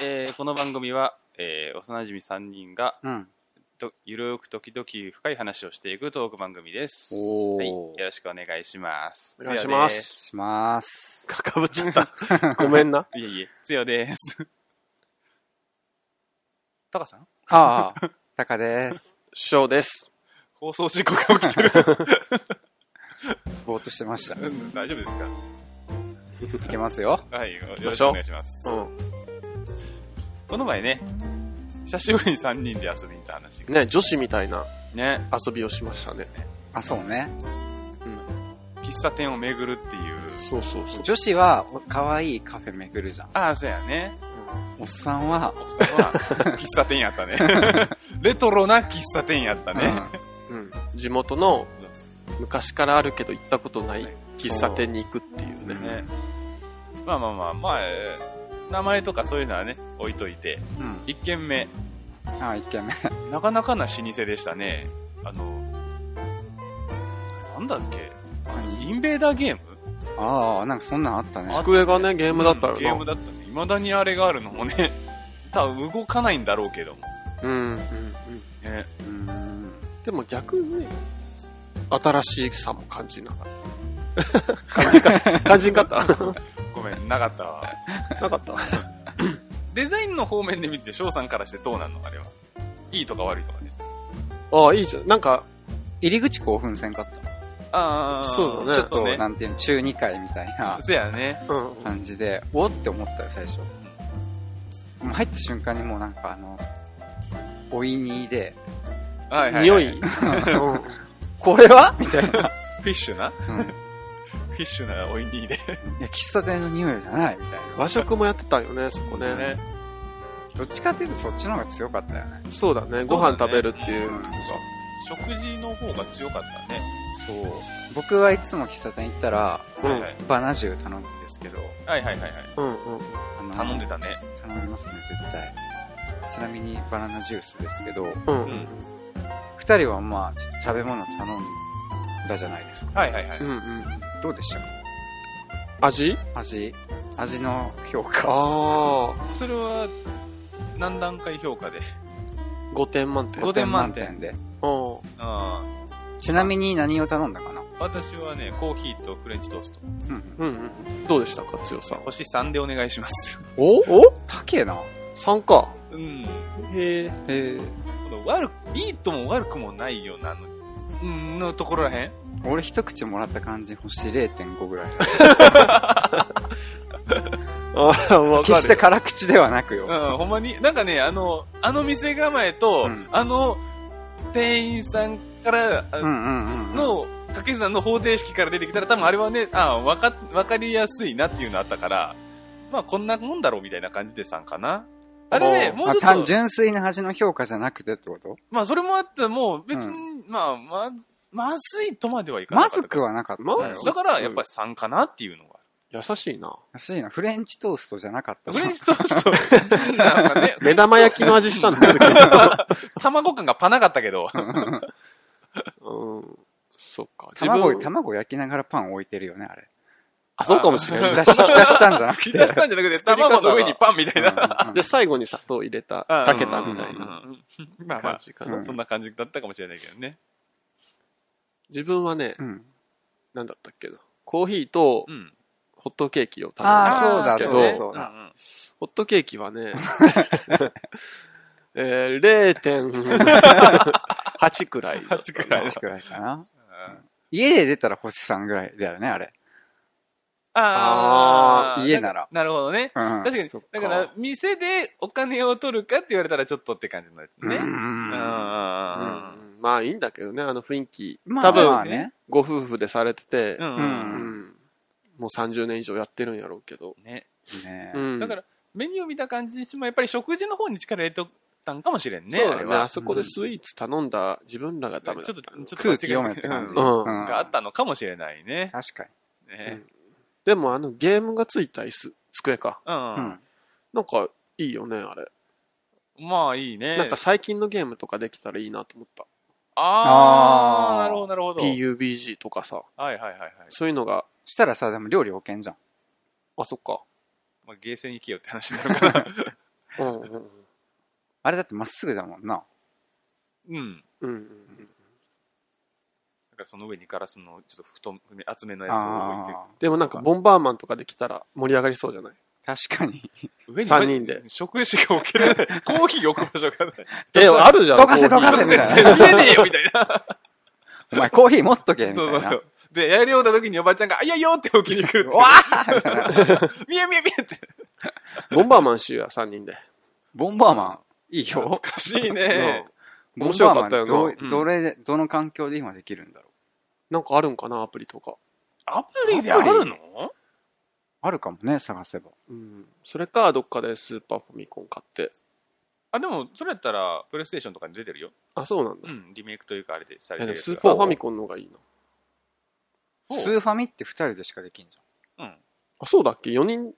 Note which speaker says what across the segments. Speaker 1: えーこの番組は、えー、幼馴染3人が
Speaker 2: うん。
Speaker 1: とゆるく時々深い話をしていくトーク番組です。
Speaker 2: おー
Speaker 1: はい、よろしくお願いします。
Speaker 3: お願いします
Speaker 2: します。
Speaker 3: かかぶっち ゃった。ごめんな。
Speaker 1: つよです。いえいえ、つよです。タカさん
Speaker 2: あ あ、タカです。
Speaker 3: ショーです。
Speaker 1: 放送事故が起きてる。
Speaker 2: ぼーっとしてました。
Speaker 1: 大丈夫ですか
Speaker 2: いけますよ。
Speaker 1: はい、よろしくお願いします
Speaker 3: う。ん。
Speaker 1: この前ね、久しぶりに3人で遊びに行った話が。
Speaker 3: ね、女子みたいな
Speaker 1: ね、
Speaker 3: 遊びをしましたね。
Speaker 2: あ、そうね。
Speaker 1: 喫茶店を巡るっていう。
Speaker 3: そうそうそう。
Speaker 2: 女子は、お可愛いカフェ巡るじゃん。
Speaker 1: ああ、そうやね。
Speaker 2: おっさんは、
Speaker 1: おっさんは、 喫茶店やった ね。レトロな喫茶店やったね。
Speaker 3: うん。地元の昔からあるけど行ったことない
Speaker 2: はい
Speaker 3: 喫茶店に行くっていう
Speaker 2: そう
Speaker 3: ね。
Speaker 1: ねまあまあまあ、まあ、えー名前とかそういうのはね、置いといて。
Speaker 2: うん。
Speaker 1: 一軒目、
Speaker 2: うん。ああ、一軒目。
Speaker 1: なかなかな老舗でしたね。あの、なんだっけあのインベーダーゲーム
Speaker 2: ああ、なんかそんなんあったね。
Speaker 3: 机がね、ゲームだった
Speaker 1: うんゲーム
Speaker 3: よ
Speaker 1: だったね。未だにあれがあるのもね、 多分動かないんだろうけども。
Speaker 3: な。うん。うん
Speaker 1: ね、
Speaker 2: うーん。
Speaker 3: でも逆にね、新しさも感じな かった。感じかし、感じんかった
Speaker 1: ごめん、なかったわ。
Speaker 3: なかった。
Speaker 1: デザインの方面で見て、翔さんからしてどうなんのあれは。いいとか悪いとかでした。
Speaker 3: ああ、いいじゃん。なんか、
Speaker 2: 入り口興奮せんかった。
Speaker 1: ああ、
Speaker 3: そうだね
Speaker 1: ちょっ
Speaker 2: そ
Speaker 1: と
Speaker 2: う、
Speaker 1: ね。
Speaker 2: なんていうの、中2回みたいな
Speaker 1: せやね。
Speaker 3: うん。
Speaker 2: 感じで、おって思ったよ、最初。もう入った瞬間にもうなんかあの、おいにいで、
Speaker 1: はいはい、はい。
Speaker 3: 匂
Speaker 1: フ
Speaker 3: い。うん
Speaker 2: これは みたいな。
Speaker 1: ィッシュな
Speaker 2: うん。
Speaker 1: フィッシュなおいにで。
Speaker 2: いや、喫茶店の匂いじゃないみたいな。
Speaker 3: 和食もやってたよね、そこね。
Speaker 1: ね。
Speaker 2: どっちかっていうとそっちの方が強かったよね。
Speaker 3: そうだね。ご飯食べるっていうのが。
Speaker 1: 食事の方が強かったね。
Speaker 2: そう。僕はいつも喫茶店行ったら、
Speaker 3: うん
Speaker 1: はいはい
Speaker 2: バナジュ頼むんですけど、
Speaker 1: はいはいはいはい。
Speaker 3: うんうん。
Speaker 2: あの
Speaker 1: 頼んでたね。
Speaker 2: 頼みますね、絶対。ちなみにバナナジュースですけど、
Speaker 3: う
Speaker 1: うん
Speaker 3: ん。
Speaker 2: 二人はまあ、ちょっと食べ物頼んだじゃないですか。
Speaker 1: はいはいはい。
Speaker 3: うんうん。
Speaker 2: どうでしたか
Speaker 3: 味
Speaker 2: 味、味の評価。
Speaker 3: ああ、
Speaker 1: それは、何段階評価で。
Speaker 3: 5点満点。
Speaker 1: 5点満点
Speaker 2: で。
Speaker 3: うん。
Speaker 1: あ
Speaker 2: ちなみに何を頼んだかな
Speaker 1: あ私はね、コーヒーとフレンチトースト。
Speaker 2: うん
Speaker 3: うんうん。どうでしたか、強さん。
Speaker 1: 星3でお願いします。
Speaker 3: おお
Speaker 2: 高えな。
Speaker 3: ?3 か。
Speaker 1: うん。
Speaker 3: へえ。
Speaker 2: え
Speaker 1: この悪く、いいとも悪くもないような、あの、うん、のところらへん
Speaker 2: ー、俺一口もらった感じ星0.5ぐらい。
Speaker 3: ああ、わか
Speaker 2: 決して
Speaker 3: る。
Speaker 2: 辛口ではなくよ。
Speaker 1: うん、ほんまに、なんかね、あの、あの店構えと、
Speaker 2: うん
Speaker 1: あの、店員さんから、あ
Speaker 2: うんうんうん。、
Speaker 1: の、掛け算の方程式から出てきたら、多分あれはね、あわか、わかりやすいなっていうのあったから、まあこんなもんだろうみたいな感じでさんかな。あれね、
Speaker 3: おー
Speaker 1: も
Speaker 2: あ
Speaker 1: うちょ
Speaker 2: 単
Speaker 1: っと、
Speaker 2: 純粋な味の評価じゃなくてってこと
Speaker 1: まあそれもあって、もう別に、
Speaker 2: う
Speaker 1: まあ、ま、まずいとまではいかなか
Speaker 2: ま
Speaker 1: った
Speaker 2: ず
Speaker 1: け
Speaker 2: く
Speaker 1: ど。
Speaker 2: はなかった
Speaker 3: ま
Speaker 2: よ
Speaker 3: ず。
Speaker 1: だから、やっぱり3かなっていうのが。
Speaker 3: 優しいな。
Speaker 2: らしいな。フレンチトーストじゃなかった
Speaker 1: フ
Speaker 2: じゃ
Speaker 1: レン。
Speaker 2: ん
Speaker 1: チトースト、なんかね、
Speaker 3: 目玉焼きの味したんですけ
Speaker 1: 卵感がパなかったけ ど、
Speaker 3: ど。うん。そっか。
Speaker 2: 卵、卵焼きながらパン置いてるよね、あれ。
Speaker 3: あ、そうかもしれな
Speaker 2: 浸
Speaker 3: い。
Speaker 2: し、浸したんじゃなく
Speaker 1: 切
Speaker 2: て。
Speaker 1: り出したんじゃなくて、
Speaker 3: 作り方が
Speaker 1: 卵の上にパンみたいな。
Speaker 2: うんうん
Speaker 3: で、最後に砂糖入れた、
Speaker 1: あ
Speaker 3: かけたみたい。
Speaker 1: うん
Speaker 3: な
Speaker 1: うんうんまあま
Speaker 3: 感
Speaker 1: あ、
Speaker 3: じか
Speaker 2: う
Speaker 3: な。
Speaker 2: ん
Speaker 1: そんな感じだったかもしれないけどね。
Speaker 3: 自分はね
Speaker 2: う、ん。
Speaker 3: なんだったっけな。コーヒーと
Speaker 1: うん。
Speaker 3: ホットケーキを食べ
Speaker 2: あ
Speaker 3: ま
Speaker 2: ー
Speaker 3: した
Speaker 2: そ
Speaker 3: ん
Speaker 2: うだ
Speaker 3: ですけ
Speaker 2: そうだ
Speaker 3: ど、
Speaker 2: そうだ
Speaker 1: んん
Speaker 3: ホットケーキはね、 えー、0.8くらい。
Speaker 1: 8くらい
Speaker 2: どっちくらいかな。家で出たら星3ぐらいだよね、あれ。
Speaker 1: あ
Speaker 3: あ
Speaker 1: あ、
Speaker 2: 家なら。
Speaker 1: なるほどね。
Speaker 2: うん。
Speaker 1: 確かに
Speaker 3: そっ、か
Speaker 1: だから、店でお金を取るかって言われたらちょっとって感じのやつね。
Speaker 2: う
Speaker 1: うんうん
Speaker 2: ん
Speaker 1: う
Speaker 2: うん
Speaker 3: うん
Speaker 1: んうん
Speaker 3: まあいいんだけどね、あの雰囲気。
Speaker 2: まあ
Speaker 3: 多
Speaker 2: まあ
Speaker 3: 分、
Speaker 2: ね。
Speaker 3: ご夫婦でされてて、
Speaker 1: うん
Speaker 2: う
Speaker 3: うんんもう30年以上やってるんやろうけど。
Speaker 1: ね。
Speaker 2: ね
Speaker 3: うん
Speaker 1: だから、メニューを見た感じにしても、やっぱり食事の方に力入れとったんかもしれんね。
Speaker 3: そう
Speaker 1: あ
Speaker 3: だ
Speaker 1: れ
Speaker 3: ね。
Speaker 1: は
Speaker 3: あそこでスイーツ頼んだ自分らが
Speaker 1: ちょ
Speaker 3: ダ
Speaker 1: っ
Speaker 3: メ
Speaker 1: と、
Speaker 3: だ
Speaker 1: ちょっ
Speaker 3: っ
Speaker 1: たと
Speaker 3: のか
Speaker 2: 空気読めって感じ。
Speaker 1: う
Speaker 3: うんん
Speaker 1: があったのかもしれないね。
Speaker 2: 確かに。
Speaker 1: ね
Speaker 3: でもあのゲームがついた椅子、机か。
Speaker 1: うん。
Speaker 2: うん。
Speaker 3: なんかいいよね、あれ。
Speaker 1: まあいいね。
Speaker 3: なんか最近のゲームとかできたらいいなと思った。
Speaker 1: ああ
Speaker 2: あー
Speaker 1: なるほど、なるほど。
Speaker 3: PUBG とかさ、
Speaker 1: はいはいはいはい。
Speaker 3: そういうのが、
Speaker 2: したらさ、でも料理置けんじゃん。
Speaker 3: あ、そっか。
Speaker 1: まあ、ゲーセン行けよって話になるから。
Speaker 3: うんうん
Speaker 2: あれだってまっすぐだもんな。
Speaker 1: うん。
Speaker 3: うんうん
Speaker 1: だからその上にガラスのちょっと太め、厚めのやつを置いて
Speaker 2: あ
Speaker 3: でもなんか、ボンバーマンとかできたら盛り上がりそうじゃない
Speaker 2: あ、確かに。
Speaker 1: 上に
Speaker 3: ?3 人で。
Speaker 1: 食事が置けない。コーヒー置く場所がない。
Speaker 3: え、あるじゃん。
Speaker 2: どかせ
Speaker 3: コーヒー
Speaker 2: どかせみたいな。
Speaker 1: 見えねえよみたいな。
Speaker 2: お前コーヒー持っとけみた
Speaker 1: そうそ
Speaker 2: いう
Speaker 1: そ
Speaker 2: な。
Speaker 1: う。で、やりようだ時におばちゃんが、あ、いやよって起きに来るって
Speaker 2: わあみたいな。
Speaker 1: 見え見え見えって。
Speaker 3: ボンバーマンしようや、3人で。
Speaker 2: ボンバーマン、いい
Speaker 1: 懐
Speaker 2: よ。
Speaker 1: かしいね。
Speaker 3: 面白かったよな
Speaker 2: ボンバーマン
Speaker 1: うん
Speaker 2: どうどれで、どの環境で今できるんだろう。
Speaker 3: なんかあるんかな、アプリとか。
Speaker 1: アプリであるの
Speaker 2: あるかもね、探せば。
Speaker 3: うん。それか、どっかでスーパーファミコン買って。
Speaker 1: あ、でも、それやったら、プレイステーションとかに出てるよ。
Speaker 3: あ、そうなんだ。
Speaker 1: う
Speaker 3: い
Speaker 1: ん、リメイクというか、あれでされ
Speaker 3: や
Speaker 1: てるや
Speaker 3: でもス
Speaker 1: つ
Speaker 3: ー
Speaker 1: が。
Speaker 3: パーファミコンの方がいいな。
Speaker 1: そう
Speaker 2: スーファミって二人でしかできんじ
Speaker 1: うん。
Speaker 3: あ、そうだっけ ?4 人、
Speaker 2: ゃん。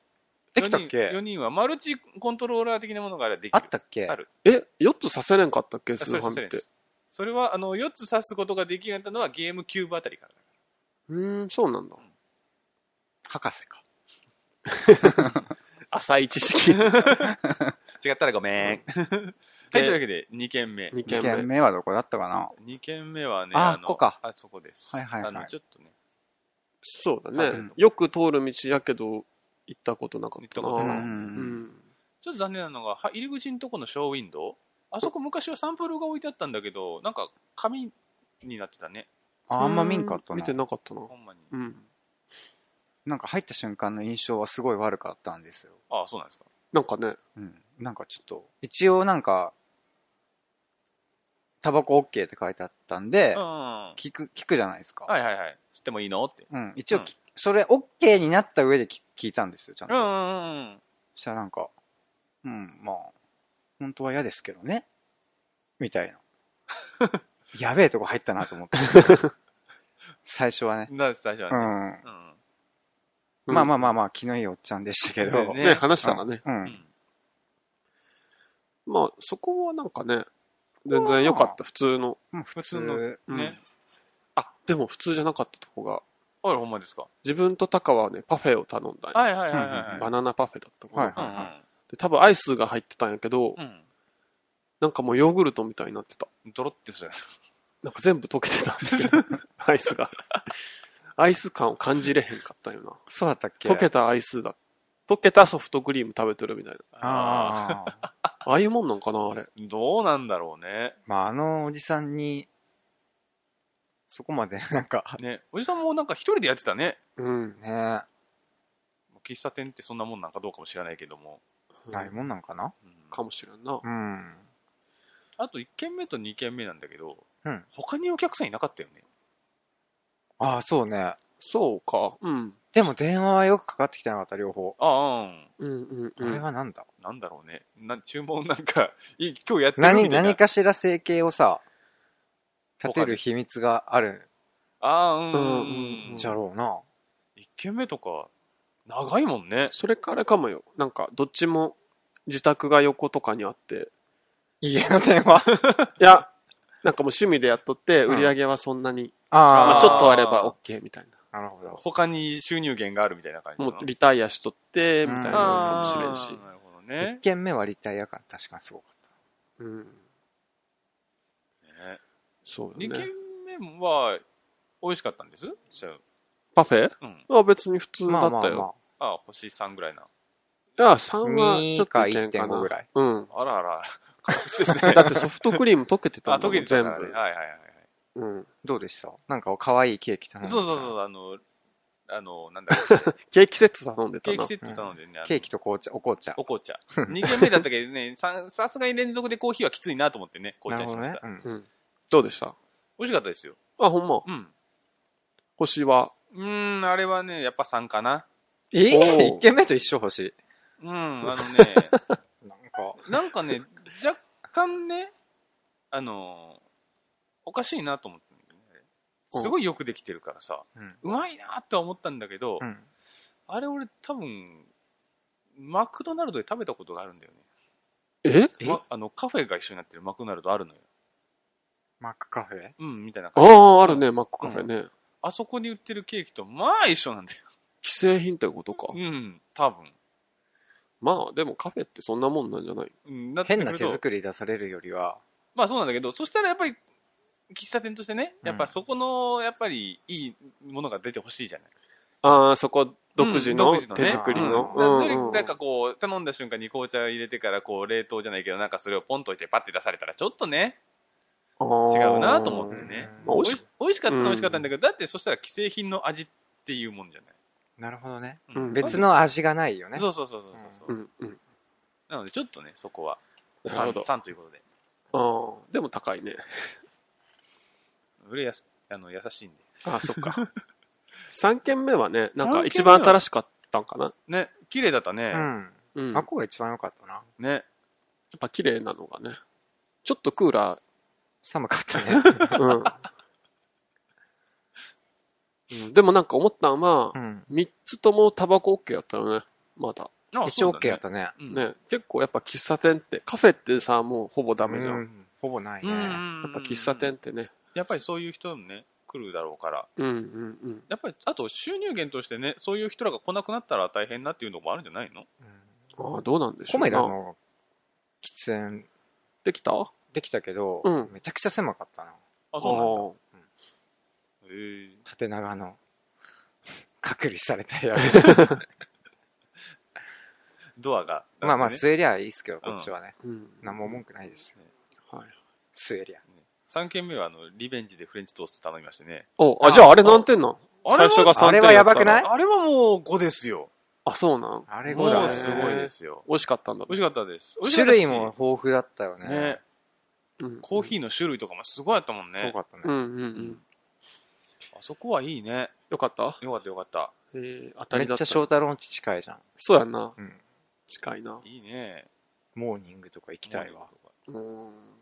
Speaker 2: できたっ
Speaker 1: ?4
Speaker 2: け
Speaker 1: 人はマルチコントローラー的なものがあればできる。
Speaker 2: あったっけ
Speaker 1: ある
Speaker 3: え、4つさせれんかったっけ、
Speaker 1: あ
Speaker 3: ス
Speaker 1: そ
Speaker 3: ー
Speaker 1: れ
Speaker 3: フ
Speaker 1: そ
Speaker 3: ァミ
Speaker 1: れ
Speaker 3: っ
Speaker 1: そ
Speaker 3: て
Speaker 1: れ。それは、あの、4つ刺すことができるようになったのはゲームキューブあたりから。
Speaker 3: うーん、そうなんだ。
Speaker 2: 博士か。
Speaker 3: 浅い知識。
Speaker 1: 違ったらごめん。はい、と
Speaker 3: で
Speaker 1: いうわけで、2件目。
Speaker 2: 2
Speaker 3: 2件
Speaker 2: 件
Speaker 3: 目。
Speaker 2: 目はどこだったかな
Speaker 1: 2件目はね、
Speaker 2: あ
Speaker 1: の
Speaker 2: ここか
Speaker 1: あそこです。
Speaker 2: はいはいはい
Speaker 1: あの、ちょっとね、
Speaker 3: そうだ
Speaker 2: う
Speaker 3: ね
Speaker 2: ん。
Speaker 3: よく通る道やけど、行ったことなかった
Speaker 1: 行ったこと
Speaker 2: う。
Speaker 1: ない
Speaker 3: な。うんん。
Speaker 1: ちょっと残念なのが、は入り口のとこのショーウィンドウあそこ昔はサンプルが置いてあったんだけど、なんか紙になってたね。
Speaker 2: ああんま見んかった
Speaker 3: 見
Speaker 2: な
Speaker 3: て。なかったな。
Speaker 1: ほんまに。
Speaker 3: うん。
Speaker 2: なんか入った瞬間の印象はすごい悪かったんですよ。
Speaker 1: ああ、そうなんですか。
Speaker 3: なんかね、
Speaker 2: うん。なんかちょっと、一応なんか、タバコ OK って書いてあったんで
Speaker 1: うん、うん。
Speaker 2: 聞く、聞くじゃないですか。
Speaker 1: はいはいはい。吸ってもいいのって。
Speaker 2: うん。一応
Speaker 1: うん
Speaker 2: き、それ OK になった上で聞聞いたんですよ、ちゃん
Speaker 1: う
Speaker 2: と。
Speaker 1: んうんうん。
Speaker 2: そしたらなんか、うん、まあ、本当は嫌ですけどね。みたいな。やべえとこ入ったなと思って。最初はね。
Speaker 1: なんです、最初は
Speaker 2: う
Speaker 1: ね。
Speaker 2: ん。
Speaker 1: うん。
Speaker 3: うん
Speaker 2: まあまあまあまあ、気のいいおっちゃんでしたけど。
Speaker 1: ね
Speaker 3: ね、話したらね。
Speaker 2: う。
Speaker 1: うんん。
Speaker 3: まあ、そこはなんかね、全然良かった、普通の。
Speaker 2: うん、普
Speaker 1: 普通の
Speaker 2: 通。
Speaker 3: うん
Speaker 1: ね。
Speaker 3: あ、でも普通じゃなかったとこが、
Speaker 1: あれ、ほんまですか。
Speaker 3: 自分とタカはね、パフェを頼んだんよ
Speaker 1: はいはいはいはい。
Speaker 3: バナナパフェだったかな
Speaker 2: はい
Speaker 3: で、多分アイスが入ってたんやけど、
Speaker 1: うんうん。
Speaker 3: なんかもうヨーグルトみたいになってた。
Speaker 1: うん。ドロってするや
Speaker 3: なんか全部溶けてた んだけどアイスが。アイス感を感じれへんかったよな。
Speaker 2: そうだったっけ
Speaker 3: 溶けたアイスだ。溶けたソフトクリーム食べてるみたいな。
Speaker 1: つ。あ。
Speaker 2: ああ。
Speaker 3: ああいうもんなんかな、あれ。
Speaker 1: どうなんだろうね。
Speaker 2: まあ、あのおじさんに、そこまで、なんか、
Speaker 1: ね。おじさんもなんか一人でやってた ね。
Speaker 3: うん。
Speaker 2: ねな
Speaker 1: 喫茶店ってそんなもんなんかどうかも知らないけども。
Speaker 2: いもんなんかな
Speaker 1: うん
Speaker 3: かもしれんな。
Speaker 2: うん。
Speaker 1: あと1軒目と2軒目なんだけど、
Speaker 2: うん
Speaker 1: 他にお客さんいなかったよね。
Speaker 2: ああ、そうね。
Speaker 3: そうか。うん。
Speaker 2: でも電話はよくかかってきてなかった、両方。
Speaker 1: ああ、うん。
Speaker 3: うんうん
Speaker 2: あ
Speaker 3: う
Speaker 2: れ
Speaker 3: ん。
Speaker 2: はなんだ
Speaker 1: なんだろうね。な注文なんか、 い今日やってるみ
Speaker 2: 何、
Speaker 1: たいな。
Speaker 2: 何かしら生計をさ、立てる秘密がある
Speaker 1: ああ、うんうん
Speaker 3: うんうん
Speaker 1: う。
Speaker 3: うん
Speaker 2: ん
Speaker 1: じ
Speaker 2: じ
Speaker 1: ゃ
Speaker 2: ゃろうな。
Speaker 1: 1軒目とか、長いもんね。
Speaker 3: それからかもよ。なんか、どっちも自宅が横とかにあって。
Speaker 2: 家の電 話
Speaker 3: いや、なんかもう趣味でやっとって、
Speaker 2: うん
Speaker 3: 売り上げはそんなに、
Speaker 1: ー
Speaker 3: まあ、
Speaker 2: あ
Speaker 3: ちょっとあれば OK みたいな。
Speaker 2: あ、なるほど。
Speaker 1: 他に収入源があるみたいな感じ
Speaker 3: も
Speaker 1: な
Speaker 3: うリタイアしとって、みたいなの
Speaker 1: あ
Speaker 3: か
Speaker 1: ー
Speaker 3: もしれんし。
Speaker 1: なるほど
Speaker 2: 一
Speaker 1: ね。
Speaker 2: 軒目はリタイア感確かにすごかっ
Speaker 3: うん。そう
Speaker 1: 2
Speaker 3: よね
Speaker 1: 軒。目は、美味しかったんですじゃ
Speaker 3: パフェ
Speaker 1: あ、うん。
Speaker 3: あ、別に普
Speaker 2: た。
Speaker 3: 通だ
Speaker 2: まあま
Speaker 3: った
Speaker 2: あ
Speaker 3: よ。
Speaker 2: ま
Speaker 1: ああ、星3ぐらいな。
Speaker 3: い
Speaker 2: あ。
Speaker 3: や、3はちょ
Speaker 2: 2
Speaker 3: っと
Speaker 2: か
Speaker 3: いけんか
Speaker 2: 1.5ぐ
Speaker 3: な。
Speaker 2: らい。
Speaker 3: うん。
Speaker 1: あらあら、辛口ですね。
Speaker 3: だってソフトクリーム溶けて
Speaker 1: あ、
Speaker 3: たんだ
Speaker 1: 溶
Speaker 3: も
Speaker 1: け
Speaker 3: ん、
Speaker 1: てた
Speaker 3: 全
Speaker 1: からね。
Speaker 3: 部。
Speaker 1: はいはいはいはい。
Speaker 3: うん。
Speaker 2: どうでしたなんか可愛いケーキ頼んでた
Speaker 1: そうそうそう、あの、あの、なんだろう、
Speaker 3: ケーキセット頼んでた
Speaker 1: ケー
Speaker 3: な
Speaker 1: キ。セット頼んでね、あの
Speaker 2: ケーキと紅茶、お紅茶。
Speaker 1: お紅茶。2軒目だったけどね、ささすがに連続でコーヒーはきついなと思ってね、紅
Speaker 2: な
Speaker 1: 茶
Speaker 2: る
Speaker 1: に
Speaker 2: ほ
Speaker 1: し
Speaker 2: ど
Speaker 1: まし
Speaker 2: ね
Speaker 1: た。。
Speaker 2: うん
Speaker 3: うん。どうでした
Speaker 1: 美味しかったですよ。
Speaker 3: あ、ほんま。
Speaker 1: うん。
Speaker 3: 星は。
Speaker 1: うーん、あれはね、やっぱ3かな。
Speaker 2: え
Speaker 3: おう
Speaker 2: 一軒目と一緒欲しい。
Speaker 1: うん、あのね、
Speaker 2: なんか、
Speaker 1: なんかね、若干ね、あの、おかしいなと思って、ね、すごいよくできてるからさ、
Speaker 2: うん。
Speaker 1: うまいなとは思ったんだけど、
Speaker 2: うん。
Speaker 1: あれ俺多分、マクドナルドで食べたことがあるんだよね。
Speaker 3: え
Speaker 2: え
Speaker 1: まあのカフェが一緒になってるマクドナルドあるのよ。
Speaker 2: マックカフェ
Speaker 1: うん、みたいな
Speaker 3: あ
Speaker 1: 感じ。
Speaker 3: あ、あるね、マックカフェね。
Speaker 1: あそこに売ってるケーキと、まあ一緒なんだよ。
Speaker 3: 既製品ってことか
Speaker 1: う。ん、多分。
Speaker 3: まあ、でもカフェってそんなもんなんじゃない
Speaker 1: うん、なってく
Speaker 2: 変
Speaker 1: る
Speaker 2: な
Speaker 1: と
Speaker 2: 手作り出されるよりは、
Speaker 1: まあそうなんだけど、そしたらやっぱり、喫茶店としてね、やっ
Speaker 2: う
Speaker 1: ぱ
Speaker 2: ん
Speaker 1: そこの、やっぱり、いいものが出てほしいじゃない。
Speaker 3: ああ、そこ、独自
Speaker 1: う
Speaker 3: の
Speaker 1: ん独自のね
Speaker 3: 手作りの。
Speaker 1: な
Speaker 3: うん
Speaker 1: どれ
Speaker 3: うん
Speaker 1: なんかこう、頼んだ瞬間に紅茶を入れてから、こう、冷凍じゃないけど、なんかそれをポンと置いてパッて出されたら、ちょっとね、
Speaker 3: あー
Speaker 1: 違うなと思ってね。
Speaker 2: うん
Speaker 3: まあ美味し
Speaker 1: 美味しかったのは美味しかったんだけど、だってそしたら既製品の味っていうもんじゃない。
Speaker 2: なるほどね。
Speaker 3: うん
Speaker 2: 別の味がないよね。
Speaker 1: そうそうそうそうそう。
Speaker 3: うんうん。
Speaker 1: なので、ちょっとね、そこは、
Speaker 3: なるほど。
Speaker 1: 3ということで。
Speaker 3: ああ、でも高いね。
Speaker 1: 俺やすあの優しいんで。
Speaker 3: ああ、そっか。3軒目はね、なんか
Speaker 1: 三軒
Speaker 3: 一
Speaker 1: 目は
Speaker 3: 番新しかったんかな。
Speaker 1: ね、綺麗だったね
Speaker 2: う。ん。
Speaker 3: うん。や
Speaker 2: あっ
Speaker 3: っ
Speaker 2: こが一番良かったな。
Speaker 1: ね。
Speaker 3: ぱ綺麗なのがね。ちょっとクーラ
Speaker 2: 寒かったね。
Speaker 3: ー、うん うん。でもなんか思ったんは
Speaker 2: う、ん。
Speaker 3: 3つともタバコ OK やったよね。まだ。
Speaker 1: あ
Speaker 2: 一
Speaker 1: そ
Speaker 2: 応
Speaker 1: う
Speaker 2: OK
Speaker 1: だ
Speaker 2: や
Speaker 1: ね
Speaker 2: ったね。
Speaker 1: うん
Speaker 3: ね、結構やっぱ喫茶店って、カフェってさ、もうほぼダメじゃん。
Speaker 2: う
Speaker 3: やっ
Speaker 2: んほぼないね。
Speaker 3: ぱ喫茶店ってね。
Speaker 1: やっぱりそういう人もね来るだろうから
Speaker 3: うんうんうん。
Speaker 1: やっぱりあと収入源としてねそういう人らが来なくなったら大変なっていうのもあるんじゃないの
Speaker 3: ああ、どうなんでしょ
Speaker 2: コ
Speaker 3: うな
Speaker 2: メダの喫煙
Speaker 3: できたあ
Speaker 2: できたけど、
Speaker 3: うん
Speaker 2: めちゃくちゃ狭かったな。
Speaker 1: あ
Speaker 3: あ
Speaker 1: そ
Speaker 3: ー。
Speaker 1: うなんだへえ
Speaker 2: 縦長の 隔離された部屋
Speaker 1: ドアが
Speaker 2: まあまあ
Speaker 1: ね
Speaker 2: 吸えりゃいいっすけど、こっちはね。
Speaker 3: うん。
Speaker 2: 何も文句ないです。
Speaker 3: はい。
Speaker 2: 吸えりゃ。
Speaker 1: 3軒目はあのリベンジでフレンチトースト頼みましてね
Speaker 3: お、あ、じゃああれ何点なん
Speaker 1: あれは
Speaker 3: 最初が3点
Speaker 2: あれはやばくない
Speaker 3: ったら
Speaker 1: あれはもう5ですよ
Speaker 3: あ、そうなん。
Speaker 2: あれ
Speaker 1: も
Speaker 2: 5だ
Speaker 1: う
Speaker 2: ね。
Speaker 1: すごいですよ
Speaker 3: 美味しかったんだ
Speaker 1: 美。味しかったです美味しかったし
Speaker 2: 種類も豊富だったよね。
Speaker 1: ね
Speaker 3: うん
Speaker 1: コーヒーの種類とかもすごいあったもん
Speaker 2: すご
Speaker 1: ね
Speaker 2: かったね。
Speaker 3: うんうんうん。
Speaker 1: あそこはいいね
Speaker 3: よかった
Speaker 1: よかったよかった
Speaker 3: えー、当た
Speaker 2: め
Speaker 3: り
Speaker 2: っ
Speaker 3: だっ
Speaker 2: ち
Speaker 3: た。
Speaker 2: ゃ翔太郎んち近いじゃん。
Speaker 3: そうやんな。
Speaker 2: うん。
Speaker 3: 近いな。
Speaker 1: いいね
Speaker 2: モーニングとか行きたいわ。
Speaker 3: うん。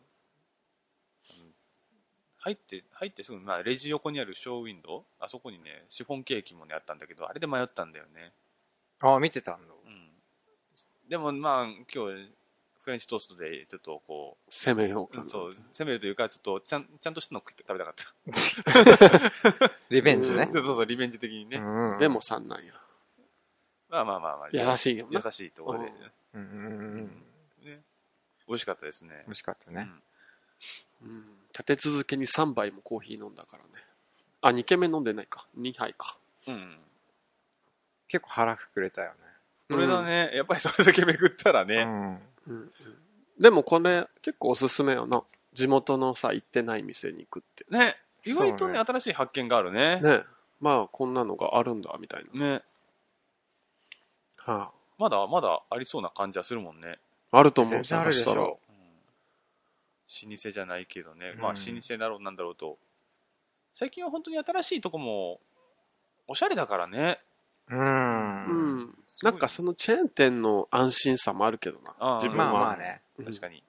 Speaker 1: 入って、入ってすぐ、まあ、レジ横にあるショーウィンドウ、あそこにね、シフォンケーキもね、あったんだけど、あれで迷ったんだよね。
Speaker 2: ああ、見てたんだ。
Speaker 1: うん。でも、まあ、今日、フレンチトーストで、ちょっとこ
Speaker 3: 攻めよう
Speaker 1: う、
Speaker 3: か
Speaker 1: う
Speaker 3: な。
Speaker 1: んそう、攻めるというか、ちょっと、ちゃん、ちゃんとしたの食って食べたかった。
Speaker 2: リベンジね。
Speaker 1: そうそうそう、リベンジ的にね。
Speaker 2: うんうん
Speaker 3: でも、3なんや。
Speaker 1: まあまあまあまあ、
Speaker 3: 優しいよ
Speaker 1: 優
Speaker 3: な。
Speaker 1: しいところで、
Speaker 2: うんうんうんうん。
Speaker 1: ね。美味しかったですね
Speaker 2: 美。味しかったね。
Speaker 3: うん。立て続けに3杯もコーヒー飲んだからね。あ、2軒目飲んでないか。2杯か。
Speaker 1: うん。うん。
Speaker 2: 結構腹膨れたよ
Speaker 1: これだね、やっぱりそれだけめくったら
Speaker 2: ね。う
Speaker 1: ね、
Speaker 2: ん。
Speaker 3: うん。うんでもこれ結構おすすめよな。地元のさ、行ってない店に行くって。
Speaker 1: ね、意外とね、
Speaker 2: そう
Speaker 1: 新しい発見があるね。
Speaker 3: ね。まあこんなのがあるんだ、みたいな。
Speaker 1: ね。
Speaker 3: は
Speaker 1: まだまだありそうな感じはするもんね。
Speaker 3: あ、あると思
Speaker 2: 全
Speaker 3: う。
Speaker 2: 然ある
Speaker 3: 探
Speaker 2: で
Speaker 3: し
Speaker 2: した
Speaker 3: ら。
Speaker 2: ょ。
Speaker 1: うん老舗じゃないけどね、
Speaker 2: うん
Speaker 1: まあ老舗だろうなんだろうと最近は本当に新しいとこもおしゃれだからね
Speaker 2: う。
Speaker 3: うんん。なんかそのチェーン店の安心さもあるけど
Speaker 1: あ
Speaker 3: な。
Speaker 1: あ
Speaker 3: 自分
Speaker 2: まあまあ
Speaker 3: は。
Speaker 2: ね。
Speaker 3: うん
Speaker 1: 確かに、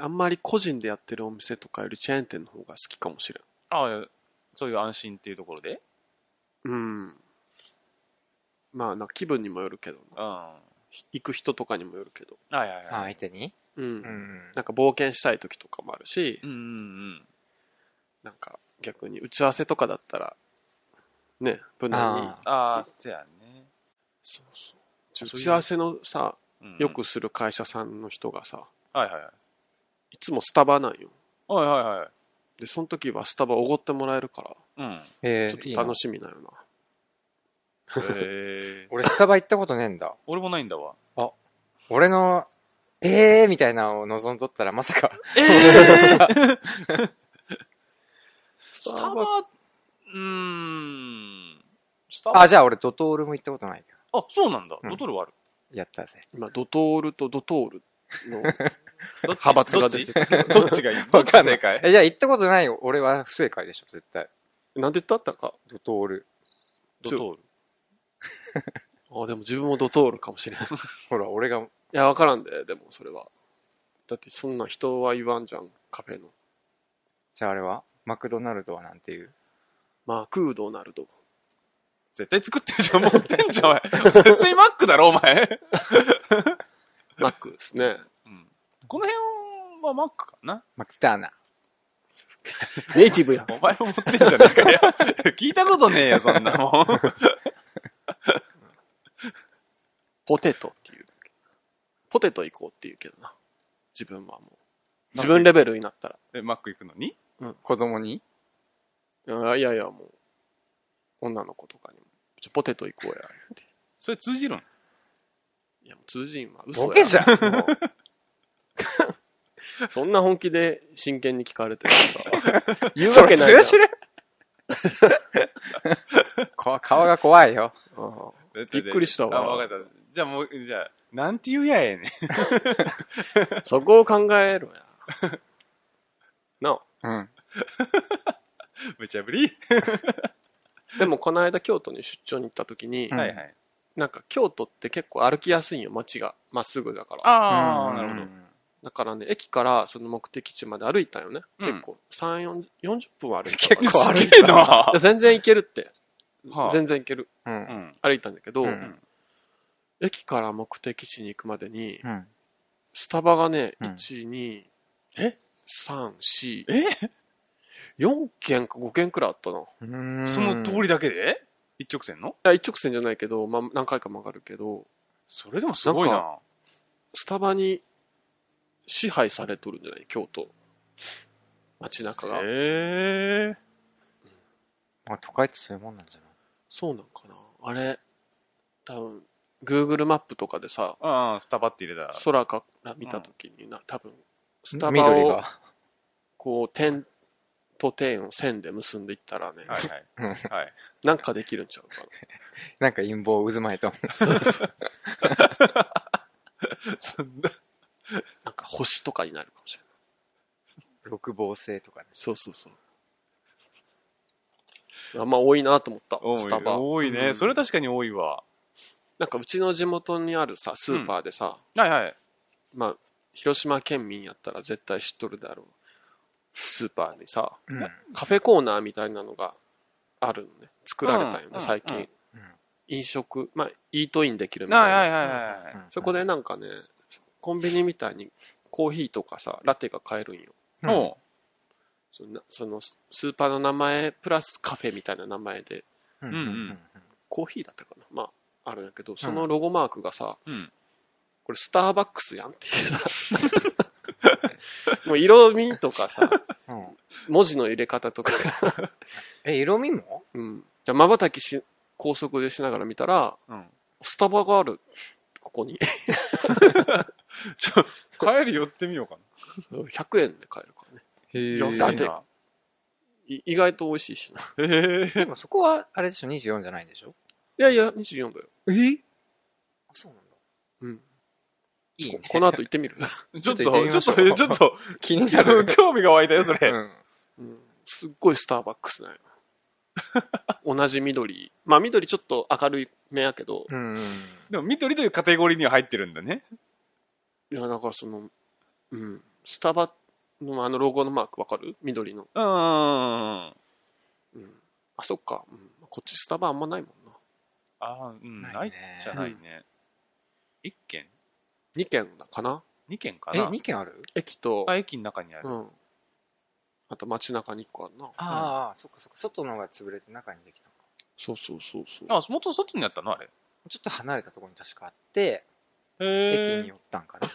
Speaker 3: あんまり個人でやってるお店とかよりチェーン店の方が好きかもしれん。
Speaker 1: ああそういう安心っていうところで
Speaker 3: うん。まあな、気分にもよるけどな。
Speaker 1: うんは
Speaker 3: 行く人とかにもよるけど。
Speaker 1: いはいはい、
Speaker 2: 相手に
Speaker 3: うん。
Speaker 2: うん。
Speaker 3: なんか冒険したい時とかもあるし
Speaker 1: う、んうん
Speaker 3: なんか逆に打ち合わせとかだったら、ね、無難
Speaker 1: う
Speaker 2: ああ
Speaker 3: に。
Speaker 1: んああそうやね、
Speaker 3: そうそう。
Speaker 1: そういう
Speaker 3: 打ち合わせのさ、
Speaker 1: うん
Speaker 3: よくする会社さんの人がさ、
Speaker 1: はいはいはい
Speaker 3: いつもスタバなんよ。
Speaker 1: はいはいはい
Speaker 3: で、その時はスタバおごってもらえるから、
Speaker 1: うん、
Speaker 2: え
Speaker 3: ちょ
Speaker 2: ーい
Speaker 3: っ
Speaker 2: い
Speaker 3: と
Speaker 2: な
Speaker 3: 楽しみなよな。
Speaker 1: えー、
Speaker 2: 俺スタバ行ったことねえんだ。
Speaker 1: 俺もないんだわ
Speaker 2: 俺の、えーみたいなのを望んどったらまさ か。
Speaker 1: ええ
Speaker 3: ス
Speaker 1: スタバうーんスタバ
Speaker 2: あ、じゃあ俺ドトールも行ったことないけど。
Speaker 1: あそうなんだ、
Speaker 2: うん
Speaker 1: ドトールはある
Speaker 2: やった ぜ。
Speaker 3: 今、ドトールとドトールの
Speaker 1: どっち
Speaker 3: 派閥
Speaker 1: ど
Speaker 3: が
Speaker 1: っ
Speaker 3: 出
Speaker 1: ち
Speaker 3: てた。
Speaker 1: どっちがいいどっち正解
Speaker 2: え、じゃあ行ったことない俺は不正解でしょ、絶対。
Speaker 3: なんで言ったったか
Speaker 2: ドトール。
Speaker 1: ドトール
Speaker 3: あ、でも自分もドトールかもしれん。い
Speaker 2: ほら、俺が、
Speaker 3: や、わからんで、でもそれは。だってそんな人は言わんじゃん、カフェの。
Speaker 2: じゃああれはマクドナルドはなんていう。
Speaker 3: マクドナルド。
Speaker 1: 絶対作ってるじゃん、持ってんじゃん、お前。絶対マックだろ、お前。
Speaker 3: マックですね。
Speaker 1: うん、この辺はマックかな。
Speaker 2: マクダーナ。
Speaker 3: ネイティブやん。
Speaker 1: お前も持ってんじゃねえ かよ。聞いたことねえよ、そんなもん。
Speaker 3: ポテトっていう。ポテト行こうって言うけどな。自分はもう。自分レベルになったら。
Speaker 1: え、マック行くのに
Speaker 2: 子供に
Speaker 3: うんいやいや、もう、女の子とかにも、ちょポテト行こうや、って。
Speaker 1: それ通じるん
Speaker 3: いや、もう通じんわ。嘘や。
Speaker 2: ボケじゃん。
Speaker 3: もうそんな本気で真剣に聞かれてもさ。言う
Speaker 2: そ
Speaker 3: わ
Speaker 2: れ
Speaker 3: けないじ
Speaker 2: 通じる こ顔が怖いよ。
Speaker 3: ゃん。うん
Speaker 1: びっ
Speaker 3: びっくりしたわ
Speaker 1: あ、わかった。じゃあもう、じゃあ、なんて言うやええねん。
Speaker 3: そこを考えろや。なあ。
Speaker 2: うん。
Speaker 1: 無茶ぶり、
Speaker 3: でも、この間京都に出張に行った時に、
Speaker 2: うん
Speaker 1: はいはい。
Speaker 3: なんか京都って結構歩きやすいんよ、街が。まっすぐだから。
Speaker 1: ああ、なるほど。
Speaker 3: だからね、駅からその目的地まで歩いたよね。
Speaker 1: うん
Speaker 3: 結構、3、4 40分は歩いたわ。
Speaker 2: 結構歩い
Speaker 1: すげえない
Speaker 3: や全然行けるって。
Speaker 1: はあ
Speaker 3: 全然行ける。
Speaker 2: ど。うん
Speaker 1: う。ん。
Speaker 3: 歩いたんだけど、
Speaker 2: うん
Speaker 3: 駅から目的地に行くまでに、
Speaker 2: うん。
Speaker 3: スタバがね、
Speaker 2: うん
Speaker 3: 1、2、
Speaker 1: え
Speaker 3: ?3、4、
Speaker 1: え
Speaker 3: 4軒か5軒くらいあったな。い
Speaker 1: その通りだけで一直線の
Speaker 3: や、一直線じゃないけど、まあ、何回か曲がるけど、
Speaker 1: それでもすごい
Speaker 3: なん
Speaker 1: な。
Speaker 3: スタバに支配されとるんじゃない京都。街中が。
Speaker 1: へえ。
Speaker 2: まあ都会ってそういうもんなんじゃない
Speaker 3: そうなんかな。あれ、多分、Google マップとかでさ、
Speaker 1: ああ、スタバって入れたら。
Speaker 3: 空から見た時にな、多分、スタバ
Speaker 2: 緑
Speaker 3: を
Speaker 2: が。
Speaker 3: こう、点と点を線で結んでいったらね、
Speaker 1: はいはい。
Speaker 2: うん
Speaker 1: はい。
Speaker 3: なんかできるんちゃうかな。
Speaker 2: なんか陰謀渦巻いと。
Speaker 1: そんな
Speaker 3: なんか星とかになるかもしれない。
Speaker 2: 六芒星とかね。
Speaker 3: そうそうそう。あんま多いなと思った、
Speaker 1: 多
Speaker 3: ス
Speaker 1: い
Speaker 3: タバ。
Speaker 1: 多いね、
Speaker 3: うん
Speaker 1: それは確かに多いわ。
Speaker 3: なんかうちの地元にあるさ、スーパーでさ、
Speaker 1: はいはい。
Speaker 3: まあ、広島県民やったら絶対知っとるであろう。スーパーにさ、
Speaker 2: うん。
Speaker 3: カフェコーナーみたいなのがあるのね。作られたんよね、
Speaker 1: うん
Speaker 3: 最近、
Speaker 1: うん
Speaker 3: 飲食、まあ、イートインできるみたい
Speaker 1: はい
Speaker 3: な。
Speaker 1: はいはいはい。
Speaker 3: そこでなんかね、コンビニみたいにコーヒーとかさ、ラテが買えるんよ。
Speaker 2: うん
Speaker 1: お
Speaker 3: そのなそのススーパーの名前プラスカフェみたいな名前で
Speaker 2: うん。
Speaker 1: んうんうん
Speaker 3: コーヒーだったかなまああるんだけどそのロゴマークがさ、
Speaker 1: ううん。
Speaker 3: これスターバックスやんっていうさもう色味とかさ
Speaker 2: うん。
Speaker 3: 文字の入れ方とか、
Speaker 2: え、色味も
Speaker 3: うん、じゃまばたきし高速でしながら見たら
Speaker 1: うん。
Speaker 3: スタバがあるここに
Speaker 1: ちょ、帰り寄ってみようか
Speaker 3: 100円で買えるからね
Speaker 2: へ
Speaker 1: な。
Speaker 3: ー
Speaker 1: 安いな。
Speaker 3: い意外と美味しいしない
Speaker 1: へ
Speaker 2: で
Speaker 1: え。
Speaker 2: もそこは、あれでしょ、24じゃないんでしょ
Speaker 3: やいや24だよ
Speaker 2: えあ、そうなんだ。
Speaker 3: うん、
Speaker 2: いいね
Speaker 3: こ。この後行ってみる、
Speaker 1: ちょっと、
Speaker 2: ち
Speaker 1: ち
Speaker 2: ょっと行ってみ
Speaker 1: ょ
Speaker 2: ま
Speaker 1: っ
Speaker 2: しょう
Speaker 1: と、えちょっと、
Speaker 2: 気に
Speaker 1: いや
Speaker 2: なる。
Speaker 1: 興味が湧いたよ、それ。
Speaker 2: うん。
Speaker 3: うん、すっごいスターバックスだよ同じ緑まあ緑ちょっと明るい目やけど、
Speaker 2: うんうん。
Speaker 1: でも、緑というカテゴリーには入ってるんだね。
Speaker 3: いや、だからその、うん、スタバのあのロゴのマークわかる緑の。
Speaker 1: うん。あ
Speaker 3: うん。あ、そっか、うん。こっちスタバあんまないもんな。
Speaker 1: あ、うん、
Speaker 2: な
Speaker 1: ないい
Speaker 2: ね
Speaker 1: じゃないね。一軒
Speaker 3: 2軒だかな
Speaker 1: 二軒か
Speaker 2: え、
Speaker 1: な
Speaker 2: 2件ある
Speaker 3: 駅と、
Speaker 1: あ駅の中にある。
Speaker 3: うん。あと街中に1個あるな。
Speaker 2: ああ、そっかそっか。外の方が潰れて中にできたのか。
Speaker 3: そうそうそうそう。
Speaker 1: あ、もっと外にあったのあれ。
Speaker 2: ちょっと離れたところに確かあって、駅
Speaker 1: へ
Speaker 2: に寄ったんかな。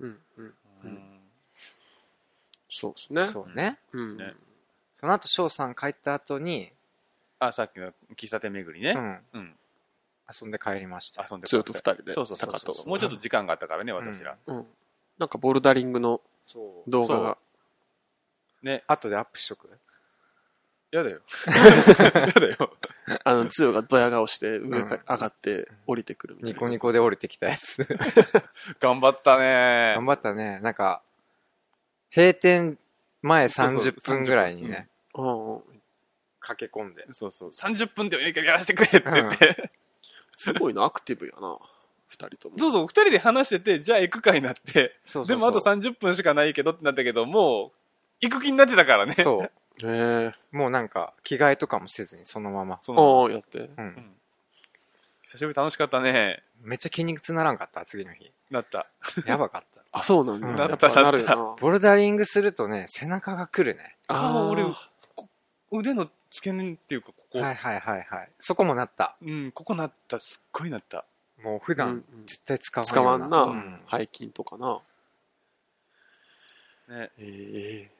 Speaker 3: うん、うん。
Speaker 1: う。
Speaker 3: うんそうですね。
Speaker 2: そうね。
Speaker 3: うん。
Speaker 1: ね
Speaker 2: その後、翔さん帰った後に、
Speaker 1: あ、さっきの喫茶店巡り
Speaker 2: う
Speaker 1: ね。
Speaker 2: ん。
Speaker 1: うん。
Speaker 2: 遊んで帰りました。
Speaker 1: 遊んで
Speaker 3: ずっと2人で、
Speaker 1: そうそうそう
Speaker 3: 高
Speaker 1: そう
Speaker 3: と。
Speaker 1: もうちょっと時間があったからね、私ら。
Speaker 3: うん。なんかボルダリングの
Speaker 2: そう。
Speaker 3: 動画が。
Speaker 1: ね、
Speaker 2: 後でアップしとく
Speaker 1: やだよ。 やだよ。
Speaker 3: あの、つよがドヤ顔して、上か
Speaker 2: うん
Speaker 3: 上がって、降りてくるみたい
Speaker 2: ニ
Speaker 3: な。
Speaker 2: コニコで降りてきたやつ。
Speaker 1: 頑張ったね
Speaker 2: 頑張ったね。なんか、閉店前
Speaker 1: そうそう
Speaker 2: 30分ぐらいにね、
Speaker 3: うんうん。
Speaker 2: 駆け込んで。
Speaker 1: そうそう。30分でおかけやらせてくれって言って。
Speaker 3: すごいな、アクティブやな。2人とも。
Speaker 1: そうそう、二人で話してて、じゃあ行くかになって。
Speaker 2: そうそうそ
Speaker 1: で
Speaker 2: う
Speaker 1: もあと30分しかないけどってなったけど、もう、行く気になってたからね。
Speaker 2: そ
Speaker 3: へえ。
Speaker 2: う。もうなんか、着替えとかもせずにそのまま。
Speaker 1: その
Speaker 3: ああ、やって。
Speaker 2: う
Speaker 1: うん
Speaker 2: ん。
Speaker 1: 久しぶり楽しかったね。
Speaker 2: めっちゃ筋肉痛ならんかった、次の日。
Speaker 1: なった。
Speaker 2: やばかった。
Speaker 3: あ、そうなんだ。
Speaker 2: うん
Speaker 3: やっぱなるよな。
Speaker 2: ボルダリングするとね、背中が来るね。
Speaker 1: あ
Speaker 3: ー
Speaker 1: 俺、こ腕の付け根っていうか、ここ。
Speaker 2: はいはいはいはい。そこもなった。
Speaker 1: うん、ここなった。すっごいなった。
Speaker 2: もう普
Speaker 3: うんう
Speaker 2: 段
Speaker 3: ん
Speaker 2: 絶対使わん
Speaker 3: 使わんな、
Speaker 2: うん
Speaker 3: 背筋とかな。
Speaker 1: ね、
Speaker 3: ええ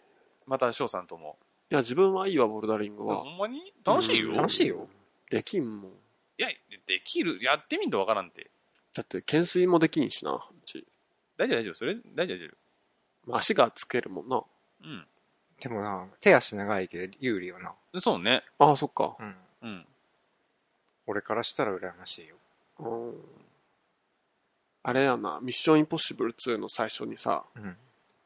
Speaker 1: また翔さんとも。
Speaker 3: いや、自分はいいわ、ボルダリングは
Speaker 1: ほ。んまに楽しいよ。
Speaker 3: うん
Speaker 2: 楽しいよ。
Speaker 3: できんもん。
Speaker 1: いや、できる。やってみんとわからんって。
Speaker 3: だって、懸垂もできんしな、うち。
Speaker 1: 大丈夫、大丈夫。それ、大丈夫、大丈
Speaker 3: まあ足がつけるもんな。
Speaker 1: 夫。うん。
Speaker 2: でもな、手足長いけど有利よな。
Speaker 1: そうね。
Speaker 3: ああ、そっか。
Speaker 2: うん。
Speaker 1: うん。
Speaker 2: 俺からしたら羨ましいよ。
Speaker 3: うん。あれやな、ミッションインポッシブル2の最初にさ、
Speaker 2: うん。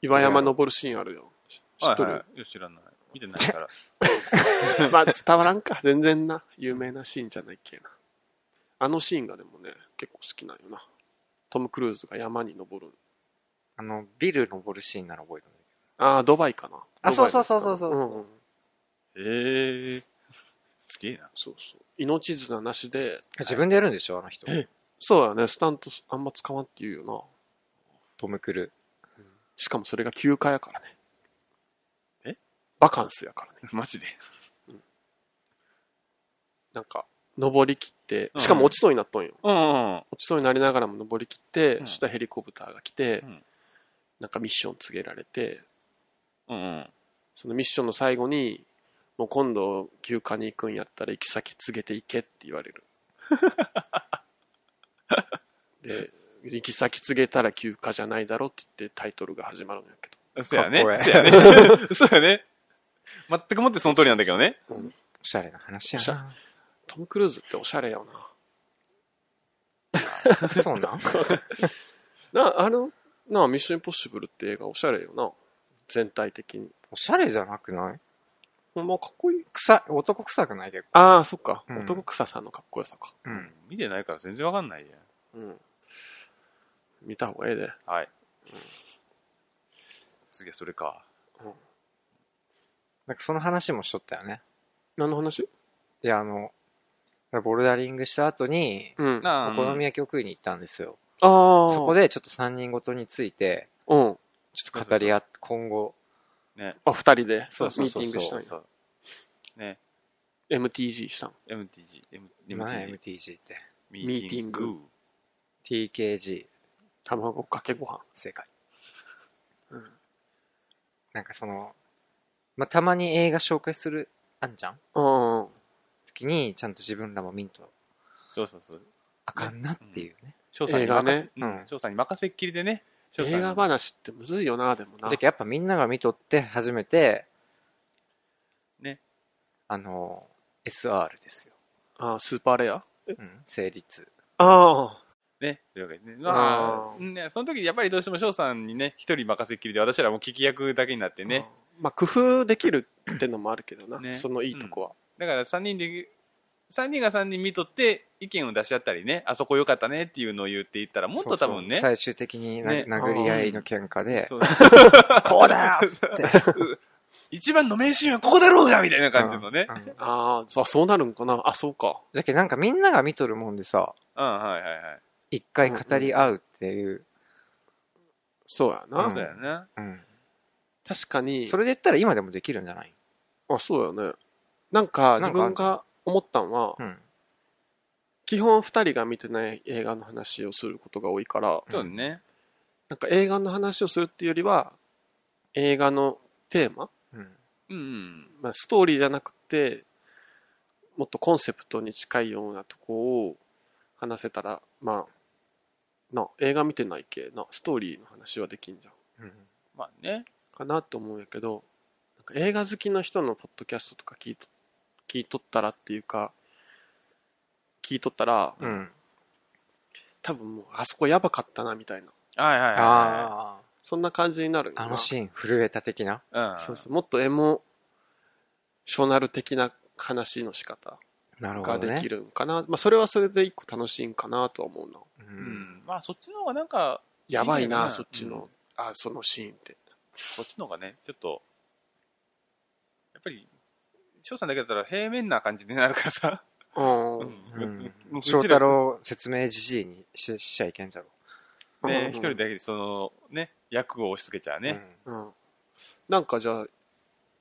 Speaker 3: 岩山登るシーンあるよ。し知っと
Speaker 1: はい
Speaker 3: る
Speaker 1: はいいや知らない。見てないから。
Speaker 3: まあ伝わらんか。全然な。有名なシーンじゃないっけな。あのシーンがでもね、結構好きなんよな。トム・クルーズが山に登る。
Speaker 2: あの、ビル登るシーンなら覚えてるんだけ
Speaker 3: ああ、ドバイかな。
Speaker 2: あ
Speaker 3: ドバイですか
Speaker 2: そ
Speaker 3: ね
Speaker 2: うそうそうそうそうん
Speaker 1: へ
Speaker 3: ん
Speaker 1: えー。すげえな。
Speaker 3: そうそう。命綱なしで、
Speaker 2: ど。自分でやるんでしょあの人。
Speaker 1: え
Speaker 3: そうやね、スタントあんま使わんって言うよな。
Speaker 2: トム・クル
Speaker 3: しかもそれが休暇やからね。
Speaker 1: え
Speaker 3: バカンスやからね。
Speaker 1: マジで。
Speaker 3: なんか、登り切って、
Speaker 1: うん
Speaker 3: しかも落ちそうになっとんよ。
Speaker 1: うんうん。
Speaker 3: 落ちそうになりながらも登り切って、
Speaker 1: うん
Speaker 3: そしたらヘリコプターが来て、
Speaker 1: うん
Speaker 3: なんかミッション告げられて、
Speaker 1: うんうん。
Speaker 3: そのミッションの最後に、もう今度休暇に行くんやったら行き先告げて行けって言われ る。で、行き先告げたら休暇じゃないだろって言ってタイトルが始まるんやけど。
Speaker 1: そうやね
Speaker 2: かっ。こ
Speaker 1: そう
Speaker 2: え
Speaker 1: や
Speaker 2: え
Speaker 1: ね。そうやね。全くもってその通りなんだけどね。
Speaker 2: おしゃれな話や
Speaker 3: おし
Speaker 2: な。
Speaker 3: トム・クルーズっておしゃれよ
Speaker 2: そうなん
Speaker 3: な。な、あの、な、ミッション・インポッシブルって映画おしゃれよな。全体的に。
Speaker 2: おしゃれじゃなくない
Speaker 3: ほんまかっこいい。
Speaker 2: 臭い、男臭くない結
Speaker 3: ああ、そっか。
Speaker 2: うん
Speaker 3: 男草さんのかっこよさか。
Speaker 2: 構。うん。
Speaker 1: 見てないから全然わかんないや。
Speaker 3: うん。見た方がええで。
Speaker 1: はい。次はそれか。
Speaker 2: なんかその話もしとったよね。
Speaker 3: 何の話
Speaker 2: いや、あの、ボルダリングした後に、
Speaker 3: うん。
Speaker 1: な
Speaker 3: あ
Speaker 2: お好み焼きを食いに行ったんですよ。
Speaker 3: あー。
Speaker 2: そこでちょっと3人ごとについて、
Speaker 3: うん。
Speaker 2: ちょっと語り合って、今後、
Speaker 3: あ、二人で。
Speaker 2: そうそうそうそう
Speaker 3: ミーティングしたん
Speaker 1: そう
Speaker 3: や
Speaker 1: そう。ね。
Speaker 3: MTG したん
Speaker 1: MTG。M-
Speaker 2: 何や
Speaker 1: MTG。
Speaker 2: MTG って。
Speaker 1: ミ
Speaker 3: ーティング
Speaker 2: TKG、
Speaker 3: 卵かけご飯。
Speaker 2: 正解。
Speaker 3: うん。
Speaker 2: なんかその、まあ、たまに映画紹介する、あんじゃん
Speaker 3: うん。
Speaker 2: 時に、ちゃんと自分らもミント、
Speaker 1: そうそうそう。
Speaker 2: あかんなっていうね。
Speaker 1: 翔さんに
Speaker 3: 映画
Speaker 1: 任せ
Speaker 3: ね、
Speaker 1: うん
Speaker 2: うん
Speaker 1: 翔さんに任せっきりでね。翔さん
Speaker 3: 映
Speaker 1: に
Speaker 3: 画話ってむずいよな、でもな
Speaker 2: じゃ。あやっぱみんなが見とって、初めて、
Speaker 1: ね。
Speaker 2: あの、SR ですよ。
Speaker 3: あースーパーレア
Speaker 2: うん、成立。
Speaker 3: あ
Speaker 1: ね。というわけでね。ま
Speaker 3: あ
Speaker 1: あ、
Speaker 3: ー
Speaker 1: ね、その時やっぱりどうしても翔さんにね、一人任せっきりで、私らも聞き役だけになって
Speaker 3: あ。
Speaker 1: ね。。
Speaker 3: まあ、工夫できるってのもあるけどな。
Speaker 1: ね
Speaker 3: そのいいとこは。
Speaker 1: だから3人で、三人が3人見とって、意見を出し合ったりね、あそこ良かったねっていうのを言っていったら、もっと多分ね、
Speaker 2: そうそう最終的にな、
Speaker 1: ね
Speaker 2: 殴り合いの喧嘩で、
Speaker 1: そう
Speaker 2: こうだよ
Speaker 1: 一番の名シーンはここだろうがみたいな感じの ね
Speaker 2: う。んうんじ
Speaker 3: ああ、そうそうなるんかな。あ、そうか。
Speaker 2: ゃけなんかみんなが見とるもんでさ、
Speaker 1: うん、はいはいはい。
Speaker 2: 一回語り合うっていう、
Speaker 3: そうやな。
Speaker 2: うん
Speaker 1: そうやな。
Speaker 2: うん
Speaker 3: 確かに。
Speaker 2: それで言ったら今でもできるんじゃない
Speaker 3: あ、そうやね。なんか、
Speaker 2: な
Speaker 3: 自
Speaker 2: んかある
Speaker 3: 分が思ったんは、
Speaker 2: うん。
Speaker 3: 基本二人が見てない映画の話をすることが多いから、
Speaker 1: そうね。
Speaker 3: なんか映画の話をするっていうよりは、映画のテーマ
Speaker 2: うん。
Speaker 1: うんうん。
Speaker 3: まあ、ストーリーじゃなくてもっとコンセプトに近いようなとこを話せたらまあな映画見てないけなストーリーの話はできんじゃん
Speaker 2: うん
Speaker 1: まあね。
Speaker 3: かなと思うんやけどなんか映画好きの人のポッドキャストとか聞いと聞いとったらっていうか聞いとったら、
Speaker 2: うん。
Speaker 3: 多分もうあそこやばかったなみたいな
Speaker 1: はいはいは
Speaker 2: あ
Speaker 3: そんな感じになるん
Speaker 2: あ。
Speaker 3: や
Speaker 2: あ
Speaker 3: な
Speaker 2: のシーン、震えた的ない
Speaker 1: はい。うん。
Speaker 3: そうそうもっとエモショナル的な話の仕方
Speaker 2: なる
Speaker 3: が
Speaker 2: ほど
Speaker 3: で
Speaker 2: ね
Speaker 3: き。るんかな、まあ、それはそれで一個楽しいんかなとは思うな
Speaker 2: う。
Speaker 1: うんん。まあそっちの方がなんか、
Speaker 3: やばい
Speaker 1: いい
Speaker 3: な
Speaker 1: ね
Speaker 3: そっちの、あそのシーンって
Speaker 1: こっちの方がね、ちょっと、やっぱり、翔さんだけだったら平面な感じになるからさ。
Speaker 3: うん
Speaker 1: う
Speaker 2: うんん。
Speaker 1: うちら
Speaker 2: 翔太郎説明じじいにししちゃいけんじゃろ。
Speaker 1: ね、
Speaker 3: うん
Speaker 1: 一人だけでその、ね、役を押し付けちゃうね。
Speaker 3: うんなんかじゃあ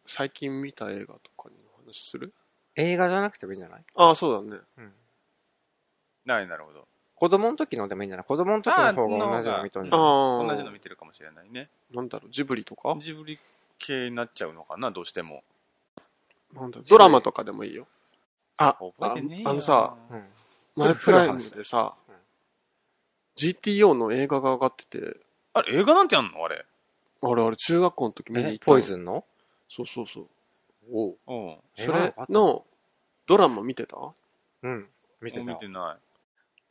Speaker 3: 最近見た映画とかに話する
Speaker 2: 映画じゃなくてもいいんじゃない
Speaker 3: ああそうだね
Speaker 2: うん。
Speaker 1: なるなるほど。
Speaker 2: 子供の時のでもいいんじゃない子供の時の方が同じの見とんじゃん。
Speaker 3: あ
Speaker 1: 同
Speaker 3: あ
Speaker 1: じの見てるかもしれないね。
Speaker 3: なんだろうジブリとか
Speaker 1: ジブリ系になっちゃうのかな、どうしても。
Speaker 3: なんだろうドラマとかでもいいよあ
Speaker 1: 覚えてねえよ
Speaker 3: ああのさ
Speaker 2: うん
Speaker 3: マイプライムでさ
Speaker 2: うん
Speaker 3: GTO の映画が上がってて
Speaker 1: あれ、映画なんてあんのあれ。
Speaker 3: あれあれ中学校の時見に行
Speaker 2: え
Speaker 3: ったの
Speaker 2: ポイズンの
Speaker 3: そうそうそう
Speaker 2: お
Speaker 1: うん。
Speaker 3: それのドラマ見てた
Speaker 2: うん。見て
Speaker 1: もう見
Speaker 2: た
Speaker 1: て。な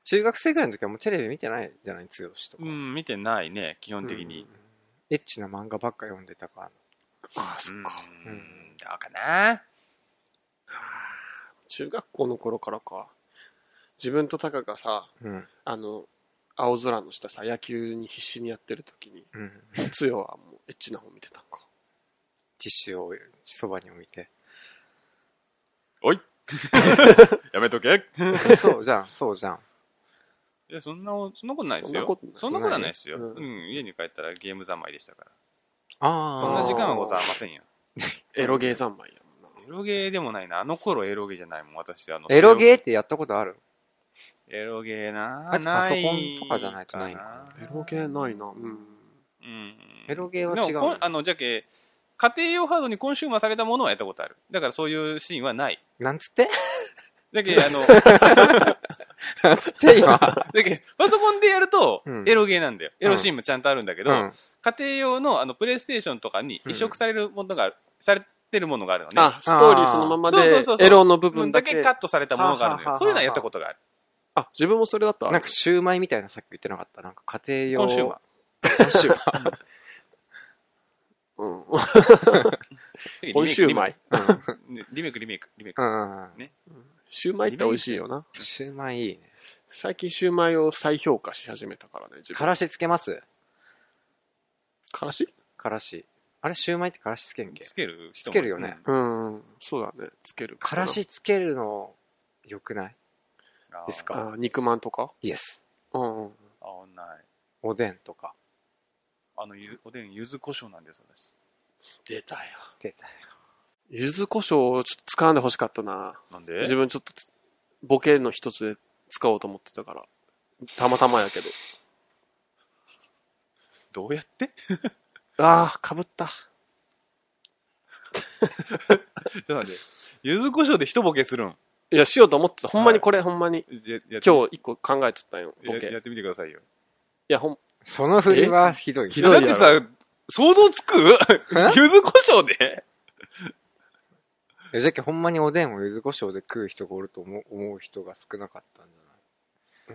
Speaker 2: 中学生ぐらいの時はもうテレビ見てないじゃない剛と
Speaker 1: い。
Speaker 2: か
Speaker 1: う。ん、見てないね、基本的に。
Speaker 2: エッチな漫画ばっか読んでたから。
Speaker 3: ああそっ
Speaker 1: うん
Speaker 3: か、
Speaker 2: うん
Speaker 1: どうかな。
Speaker 3: 中学校の頃からか自分とタカがさ
Speaker 2: うん。
Speaker 3: あの青空の下さ野球に必死にやってる 時に
Speaker 2: うん。
Speaker 3: つよはもうエッチな方見てたんか
Speaker 2: ティッシュをそばに置いて。
Speaker 1: やめと け。
Speaker 2: そうじゃん、そうじゃん。
Speaker 1: いや、そんな、そんなことないですよ。
Speaker 3: そんなことな
Speaker 1: そんな
Speaker 3: い
Speaker 1: ことはないですよ。
Speaker 3: う
Speaker 1: うんん、家に帰ったらゲーム三昧でしたから。
Speaker 2: ああ。
Speaker 1: そんな時間はございませんよ。
Speaker 3: エロゲー三昧やもんな
Speaker 1: エロゲーでもないな。あの頃エロゲーじゃないもん、私。あの
Speaker 2: エロゲーってやったことある
Speaker 1: エロゲーな
Speaker 2: あとパソ
Speaker 1: ない
Speaker 2: コンとかじゃないとないのかな
Speaker 3: エロゲーないなうん
Speaker 1: うん。
Speaker 2: エロゲーは違う
Speaker 1: で
Speaker 2: の
Speaker 1: もこんあの、じゃけ、家庭用ハードにコンシューマーされたものはやったことある。だからそういうシーンはない。
Speaker 2: なんつって
Speaker 1: だ け、あの、
Speaker 2: なんつって今。
Speaker 1: だけ、パソコンでやると
Speaker 2: う、ん
Speaker 1: エロゲーなんだよ。エロシーンもちゃんとあるんだけど、
Speaker 2: うん。
Speaker 1: 家庭用の、あの、プレイステーションとかに移植されるものがある、されてるものがあるのね。
Speaker 3: あストーリーそのまま
Speaker 1: そうそう
Speaker 3: で
Speaker 1: そうそう
Speaker 3: エロの部
Speaker 1: 分
Speaker 3: 分
Speaker 1: だ
Speaker 3: だ
Speaker 1: け
Speaker 3: け
Speaker 1: カットされたものがあるの
Speaker 2: ははは
Speaker 1: よ。
Speaker 2: は
Speaker 1: そういうのはやったことがある。
Speaker 3: あ自分もそれだった
Speaker 2: なんかシューマイみたいなさっき言ってなかった。なんか家庭
Speaker 1: コ
Speaker 2: 用。
Speaker 1: ンシューマー
Speaker 2: コンシューマー。
Speaker 3: うん
Speaker 1: リメイク
Speaker 3: おいしゅうまい
Speaker 1: リメイク、リメイク、リメイク。
Speaker 2: うんうん。
Speaker 3: シューマイって美味しいよな
Speaker 2: シューマイいいね。
Speaker 3: 最近シューマイを再評価し始めたからね自分
Speaker 2: からしつけます
Speaker 3: からし
Speaker 2: からし。あれ、シューマイってからしつけんけ
Speaker 1: つける人も
Speaker 2: つけるよね
Speaker 1: うん
Speaker 3: うんそうだねつけるか
Speaker 2: から
Speaker 3: な
Speaker 2: しつけるの、良くない
Speaker 1: あー
Speaker 2: ですか
Speaker 3: あー肉まんとか
Speaker 2: イエス。
Speaker 3: うんうん
Speaker 1: あー、ない。
Speaker 2: おでんとか。
Speaker 1: あの、ゆおでん、柚子胡椒なんです、私。
Speaker 3: 出たよ
Speaker 2: 出た
Speaker 3: 柚子胡椒をちょっと使わんでほしかったな
Speaker 1: なんで
Speaker 3: 自分ちょっとつボケの一つで使おうと思ってたからたまたまやけど
Speaker 1: どうやって
Speaker 3: ああかぶった
Speaker 1: ちょっと待って。柚子胡椒で一ボケするん。
Speaker 3: いやしようと思ってたほんまにこれ、ほんまに
Speaker 1: 今
Speaker 3: 今日一個考えとったんよボ
Speaker 1: や
Speaker 3: ケい
Speaker 1: やってみてくださいよ。
Speaker 3: やほん
Speaker 2: その振りはひどい。
Speaker 3: ひどいやろ
Speaker 1: だってさ、想像つく 柚子胡椒で
Speaker 2: えじゃけほんまにおでんを柚子胡椒で食う人がおると思う思う人が少なかったん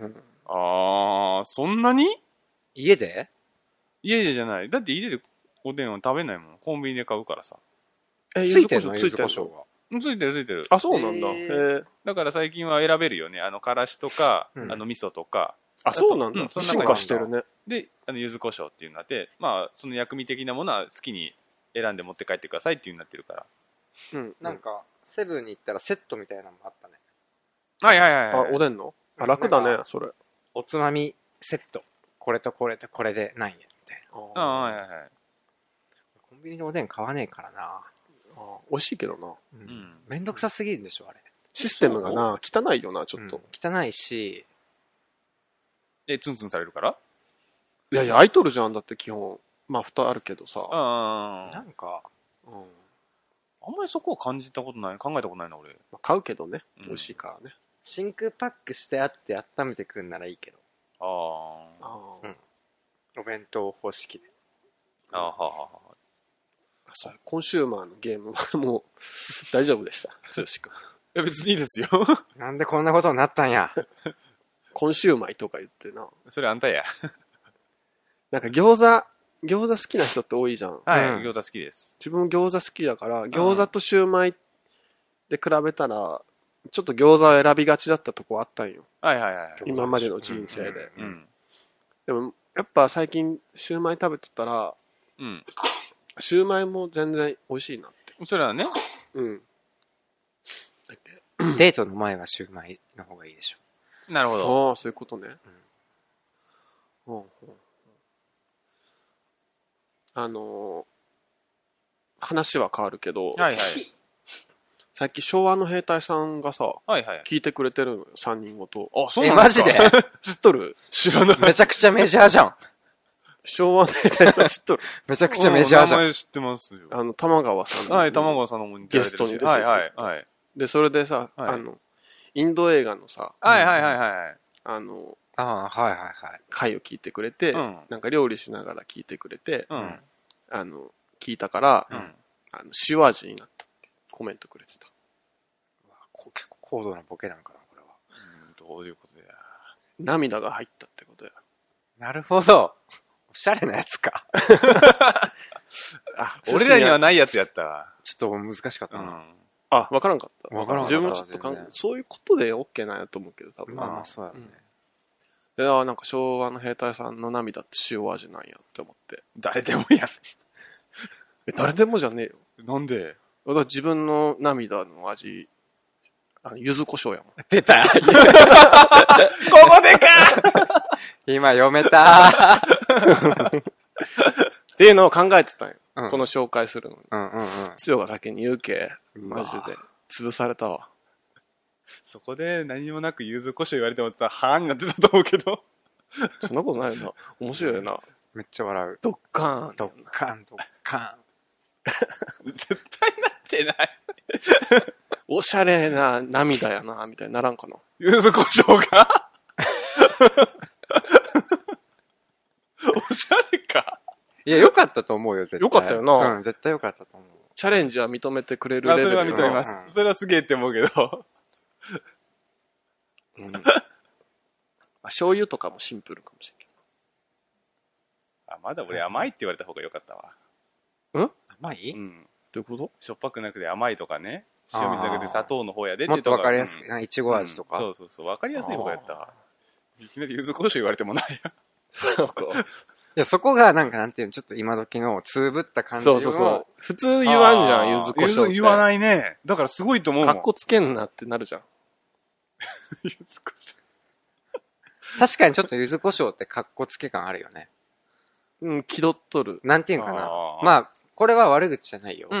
Speaker 2: じゃない
Speaker 1: あー、そんなに
Speaker 2: 家で
Speaker 1: 家でじゃない。だって家でおでんは食べないもん。コンビニで買うからさ。
Speaker 3: え
Speaker 2: ついてるの
Speaker 3: 柚
Speaker 2: 柚子
Speaker 3: 子
Speaker 2: 胡
Speaker 3: 胡椒
Speaker 2: 椒が。
Speaker 1: うんついてるついてる。
Speaker 3: あそうなんだ
Speaker 2: へ
Speaker 3: へ
Speaker 2: ー
Speaker 3: え
Speaker 1: だから最近は選べるよね。あの、からしとか、
Speaker 2: うん
Speaker 1: あの、味噌とか。
Speaker 3: あそうなん
Speaker 1: う
Speaker 3: だ
Speaker 1: んそんな
Speaker 3: 進化してるね
Speaker 1: で、あの、柚子胡椒っていうのあって、まあ、その薬味的なものは好きに選んで持って帰ってくださいっていうになってるから。
Speaker 3: うん
Speaker 2: なんか、セブンに行ったらセットみたいなのもあったね。
Speaker 1: はいはいはい、
Speaker 3: あおでんのあ楽だ
Speaker 2: な
Speaker 3: ね
Speaker 2: ん
Speaker 3: それ
Speaker 2: おつまみセット。これとこれとこれで何円みたい
Speaker 1: あ
Speaker 2: な。
Speaker 1: あ、はいはいはい。
Speaker 2: コンビニのおでん買わねえからな。
Speaker 3: あ美味しいけどな
Speaker 2: う。
Speaker 1: うんん。
Speaker 2: めんどくさすぎるんでしょ、あれ。
Speaker 3: システムがな汚いよなちょっと、
Speaker 2: うん汚いし、
Speaker 1: え、ツンツンされるから
Speaker 3: いやいや空いとるじゃんだって基本まあ蓋あるけどさ
Speaker 1: あ
Speaker 2: なんか、
Speaker 3: うんま
Speaker 1: あんまりそこを感じたことない、考えたことないな、俺。
Speaker 3: あ買うけどね
Speaker 1: うん
Speaker 3: 美味しいからね、
Speaker 2: 真空パックしてあって温めてくんならいいけど。
Speaker 1: あー。
Speaker 3: あ
Speaker 2: うんお弁当方式で。
Speaker 1: あーはあはあはあ。
Speaker 3: あそうコンシューマーのゲーム はもう大丈夫でした剛君
Speaker 1: いや、別にいいですよ。
Speaker 2: なんでこんなことになったんや。
Speaker 3: コンシューマイとか言ってな
Speaker 1: それあんたや。
Speaker 3: なんか餃子餃子好きな人って多いじゃん
Speaker 1: はい、
Speaker 2: うん
Speaker 1: 餃子好きです。
Speaker 3: 自分も餃子好きだから餃子とシューマイで比べたらちょっと餃子を選びがちだったとこあったんよ
Speaker 1: はいはいはいはい。
Speaker 3: 今までの人生で
Speaker 1: う。ん。
Speaker 3: でもやっぱ最近シューマイ食べてたら
Speaker 1: うん。
Speaker 3: シューマイも全然美味しいなって
Speaker 1: それはね、
Speaker 3: うんだっけ
Speaker 2: デートの前はシューマイの方がいいでしょ。
Speaker 1: なるほど。
Speaker 3: ああそういうことねうんうんうんあのー話は変わるけど、
Speaker 1: はいはい。
Speaker 3: 最近昭和の兵隊さんがさ、
Speaker 1: はいはい。
Speaker 3: 聞いてくれてるのよ、3人ごと。
Speaker 1: あ、そう
Speaker 2: え、
Speaker 1: なんで
Speaker 2: マ
Speaker 1: す
Speaker 2: ジ
Speaker 1: か
Speaker 2: で
Speaker 3: 知っとる
Speaker 1: 知らない。
Speaker 2: めちゃくちゃメジャーじゃん。
Speaker 3: 昭和の兵隊さん 知っとる
Speaker 2: めちゃくちゃメジャーじゃ
Speaker 1: うん
Speaker 2: ん。
Speaker 1: 名前知ってますよ。
Speaker 3: あの、玉川さん。
Speaker 1: はい、玉川さんのも似てられてるし
Speaker 3: ゲストに出て
Speaker 1: はいはいはい。
Speaker 3: で、それでさ、
Speaker 1: はい
Speaker 3: あの、インド映画のさ、
Speaker 1: はいはいはいはい。
Speaker 3: あの、
Speaker 2: ああ、はいはいはい。
Speaker 3: 回を聞いてくれて、
Speaker 1: うん
Speaker 3: なんか料理しながら聞いてくれて、
Speaker 1: うん。
Speaker 3: あの、聞いたから、
Speaker 1: うん。
Speaker 3: あの、塩味になったってコメントくれてた。
Speaker 2: こ結構高度なボケなんかな、これは。
Speaker 1: どういうことや。
Speaker 3: 涙が入ったってことや。
Speaker 2: なるほど。おしゃれなやつか。
Speaker 3: あ
Speaker 1: 俺らには
Speaker 3: な、
Speaker 1: ないやつやったわ。
Speaker 2: ちょっと難しかった
Speaker 1: う
Speaker 2: な。
Speaker 1: ん。
Speaker 3: あ、わからんかった。
Speaker 2: わからんかった
Speaker 3: 自分もちょっとかん
Speaker 2: 全然
Speaker 3: そういうことで OK なんやと思うけど、多分。
Speaker 2: まあまあ、そうやろね。
Speaker 3: であなんか昭和の兵隊さんの涙って塩味なんやって思って。
Speaker 1: 誰でもや
Speaker 3: え、誰でもじゃねえよ。
Speaker 1: ん。なんで
Speaker 3: だから自分の涙の味、あの、柚子胡椒やもん。
Speaker 1: 出たここでか
Speaker 2: 今読めた。
Speaker 3: っていうのを考えてたんよ。
Speaker 2: うん
Speaker 3: この紹介するのに。
Speaker 2: うんうんうん。
Speaker 3: つよが先に言うけ。マジ
Speaker 2: うわ
Speaker 3: で。潰されたわ。
Speaker 1: そこで何もなく柚子胡椒言われてもさ、はーんが出たと思うけど。
Speaker 3: そんなことないよな。面白いよな。
Speaker 2: めっちゃ笑う。
Speaker 3: ドッカーン。
Speaker 2: ドッカン、ドッカ
Speaker 1: 絶対なってない。
Speaker 3: おしゃれな涙やな、みたいにならんかな。
Speaker 1: 柚子胡椒が おしゃれか
Speaker 2: ン。いや、良かったと思うよ、絶対。
Speaker 3: 良かったよな
Speaker 2: うん、絶対良かったと思う。
Speaker 3: チャレンジは認めてくれる
Speaker 1: ま
Speaker 3: レ
Speaker 1: あそ
Speaker 3: ベ
Speaker 1: れ
Speaker 3: ルよ
Speaker 1: は
Speaker 3: な
Speaker 1: 認めます
Speaker 2: うん。
Speaker 1: それはすげえって思うけど。
Speaker 3: うんまあ醤油とかもシンプルかもしれんけ
Speaker 1: あ、まだ俺甘いって言われた方が良かったわ。
Speaker 2: 甘い、
Speaker 1: うん。
Speaker 3: ど。どういうこと
Speaker 1: しょっぱくなくて甘いとかね。塩水じゃなくて砂糖の方やで
Speaker 2: も
Speaker 1: てい
Speaker 2: っ
Speaker 1: う
Speaker 2: と
Speaker 1: とこ
Speaker 2: わ
Speaker 1: が
Speaker 2: かりやすく、
Speaker 1: うん
Speaker 2: ないちご味とか。
Speaker 1: そうそうそう。わかりやすい方がやったわ。いきなり柚子胡椒言われてもないや。
Speaker 2: いや、そこがなんかなんていうの、ちょっと今時のつぶった感じ
Speaker 3: そ
Speaker 2: の。
Speaker 3: うそうそう。普通 言わんじゃん、
Speaker 1: あ
Speaker 3: ゆ
Speaker 1: ー
Speaker 3: ずこしょう。
Speaker 1: 言わ
Speaker 3: い。
Speaker 1: ないね。だからすごいと思うもん。
Speaker 3: かっこつけんなってなるじゃん。
Speaker 1: 柚子胡椒
Speaker 2: 確かにちょっと柚子胡椒って格好つけ感あるよね。
Speaker 3: うん、気取っとる。
Speaker 2: なんていうんかな。
Speaker 1: あー
Speaker 2: まあ、これは悪口じゃないよ。
Speaker 1: うんう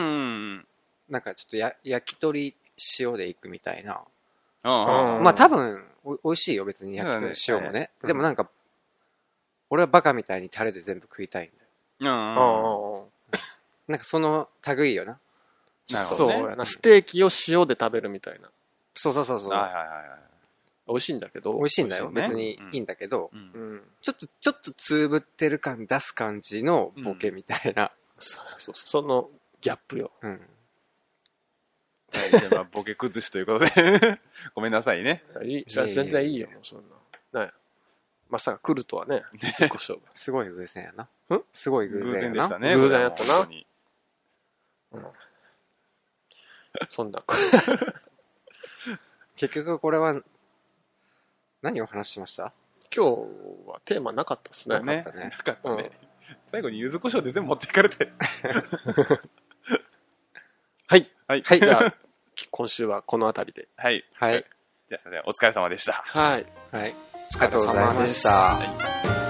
Speaker 1: ん
Speaker 2: なんかちょっとや焼き鳥塩でいくみたいな。
Speaker 1: うん。
Speaker 2: まあ多分、お美味しいよ、別に焼き鳥
Speaker 1: そうだ
Speaker 2: 塩
Speaker 1: ね
Speaker 2: もね。
Speaker 3: うん
Speaker 2: でもなんか、俺はバカみたいにタレで全部食いたいんだよ。
Speaker 1: うんうん
Speaker 3: う
Speaker 1: うん。
Speaker 3: んうんうん。
Speaker 2: なんかその類いよな。
Speaker 1: なるほ
Speaker 3: そ
Speaker 1: ど
Speaker 3: う
Speaker 1: ね
Speaker 3: やな。ステーキを塩で食べるみたいな。
Speaker 2: そうそうそうそう。
Speaker 1: はいはいはいはい。
Speaker 3: 美味しいんだけど。
Speaker 2: 美味しいんだよ。
Speaker 1: 美味し
Speaker 2: 別
Speaker 1: い
Speaker 2: に
Speaker 1: ねうん
Speaker 2: いいんだけど、
Speaker 1: うん
Speaker 3: うん。
Speaker 2: ちょっと、ちょっとつぶってる感出す感じのボケみたいな。
Speaker 3: そうそうそう。そのギャップよ。
Speaker 2: うん。
Speaker 1: はいじゃあまあボケ崩しということで。 ごめんなさいね。
Speaker 3: いい
Speaker 2: いやいやいや
Speaker 3: 全然いいよ、もうそんな。ねまさか来るとはね、ゆずこしょうが。
Speaker 2: すごい偶然やな。
Speaker 3: ん
Speaker 2: すごい偶然
Speaker 1: 偶然で
Speaker 2: やな。
Speaker 1: したね。
Speaker 3: 偶然やった
Speaker 1: こ
Speaker 3: な
Speaker 1: れは本当に
Speaker 3: そんな。
Speaker 2: 結局これは、何を話しました
Speaker 3: 今日はテーマなかったですね。
Speaker 1: ね
Speaker 2: なかったね
Speaker 1: なかった
Speaker 3: うん
Speaker 1: ね。最後に柚子胡椒で全部持っていかれて。
Speaker 3: はい。
Speaker 1: はい。
Speaker 2: はい
Speaker 3: じゃあ、今週はこの辺りで。
Speaker 1: はい。
Speaker 2: はい。
Speaker 1: じゃあすいません。お疲れ様でした。
Speaker 3: はい。
Speaker 2: はい。あり
Speaker 3: お疲
Speaker 2: がとうございました。
Speaker 1: はい